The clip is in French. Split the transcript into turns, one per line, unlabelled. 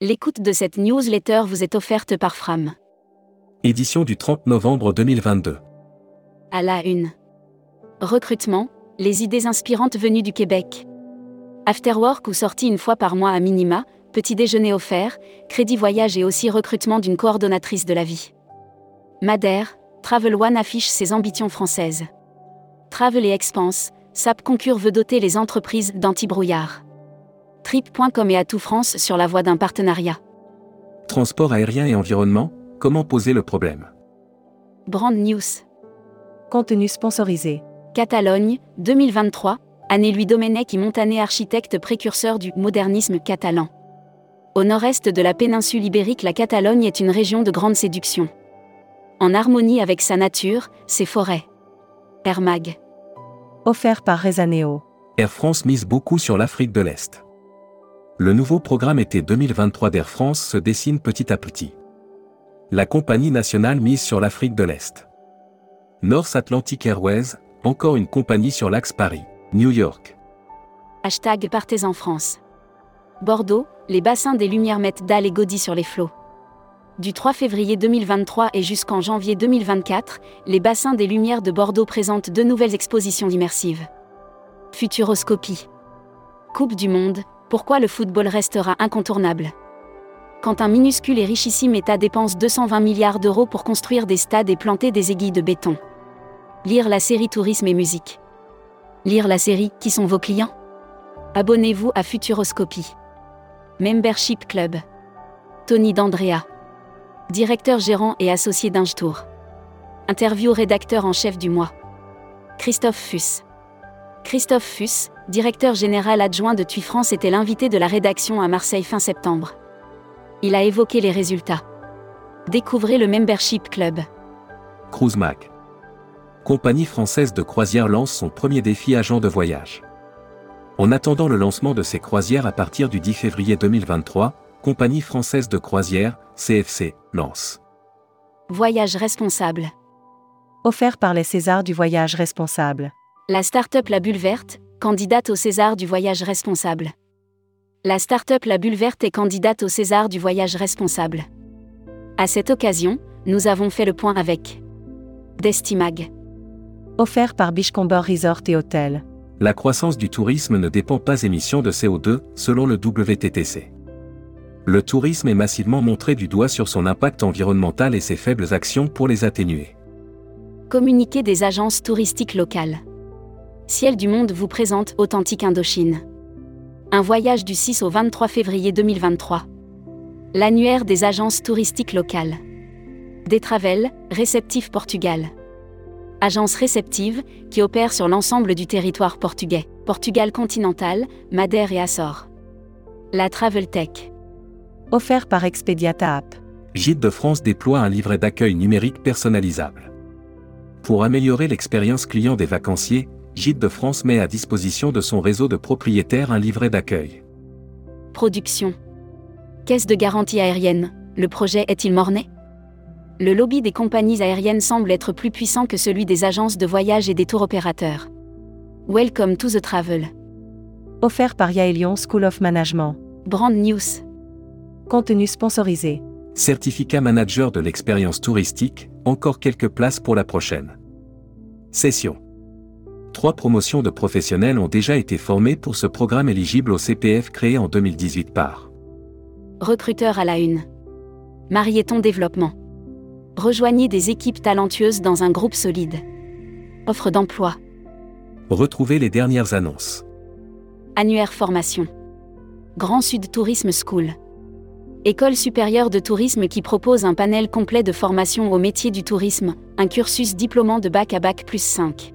L'écoute de cette newsletter vous est offerte par Fram.
Édition du 30 novembre 2022.
À la une. Recrutement, les idées inspirantes venues du Québec. Afterwork ou sortie une fois par mois à minima, petit déjeuner offert, crédit voyage et aussi recrutement d'une coordonnatrice de la vie. Madère, Travel One affiche ses ambitions françaises. Travel et Expense, SAP Concur veut doter les entreprises d'anti-brouillard. Trip.com et Atout France sur la voie d'un partenariat.
Transport aérien et environnement, comment poser le problème
Brand News.
Contenu sponsorisé.
Catalogne, 2023, année Louis Domenech et Montané architecte précurseur du modernisme catalan. Au nord-est de la péninsule ibérique, la Catalogne est une région de grande séduction. En harmonie avec sa nature, ses forêts. Hermag.
Offert par Rezaneo.
Air France mise beaucoup sur l'Afrique de l'Est. Le nouveau programme été 2023 d'Air France se dessine petit à petit. La compagnie nationale mise sur l'Afrique de l'Est. North Atlantic Airways, encore une compagnie sur l'axe Paris, New York.
Hashtag Partez en France. Bordeaux, les bassins des Lumières mettent dalle et Gaudi sur les flots. Du 3 février 2023 et jusqu'en janvier 2024, les bassins des Lumières de Bordeaux présentent deux nouvelles expositions immersives. Futuroscopie. Coupe du Monde, pourquoi le football restera incontournable Quand un minuscule et richissime État dépense 220 milliards d'euros pour construire des stades et planter des aiguilles de béton. Lire la série Tourisme et musique. Lire la série Qui sont vos clients Abonnez-vous à Futuroscopie. Membership Club. Tony D'Andrea. Directeur gérant et associé d'Ingetour. Interview rédacteur en chef du mois. Christophe Fuss. Christophe Fuss, directeur général adjoint de TUI France, était l'invité de la rédaction à Marseille fin septembre. Il a évoqué les résultats. Découvrez le Membership Club.
Cruise Mac. Compagnie française de croisière lance son premier défi agent de voyage. En attendant le lancement de ses croisières à partir du 10 février 2023, Compagnie française de croisière, CFC, lance.
Voyage responsable.
Offert par les Césars du voyage responsable.
La start-up La Bulle Verte, candidate au César du voyage responsable. La start-up La Bulle Verte est candidate au César du voyage responsable. À cette occasion, nous avons fait le point avec Destimag.
Offert par Bichcombeur Resort et Hôtel.
La croissance du tourisme ne dépend pas émissions de CO2, selon le WTTC. Le tourisme est massivement montré du doigt sur son impact environnemental et ses faibles actions pour les atténuer.
Communiqué des agences touristiques locales. Ciel du Monde vous présente Authentique Indochine. Un voyage du 6 au 23 février 2023. L'annuaire des agences touristiques locales. Des Travel, réceptif Portugal. Agence réceptive, qui opère sur l'ensemble du territoire portugais, Portugal continental, Madère et Açores. La Travel Tech.
Offert par Expedia App.
Gîte de France déploie un livret d'accueil numérique personnalisable. Pour améliorer l'expérience client des vacanciers, Gîte de France met à disposition de son réseau de propriétaires un livret d'accueil.
Production. Caisse de garantie aérienne, le projet est-il morné Le lobby des compagnies aériennes semble être plus puissant que celui des agences de voyage et des tours opérateurs. Welcome to the travel.
Offert par Yaelion School of Management.
Brand news.
Contenu sponsorisé.
Certificat manager de l'expérience touristique, encore quelques places pour la prochaine. Session. Trois promotions de professionnels ont déjà été formées pour ce programme éligible au CPF créé en 2018 par
Recruteur à la une. Marieton Développement. Rejoignez des équipes talentueuses dans un groupe solide. Offre d'emploi.
Retrouvez les dernières annonces.
Annuaire formation. Grand Sud Tourisme School. École supérieure de tourisme qui propose un panel complet de formation au métier du tourisme, un cursus diplômant de bac à bac plus 5.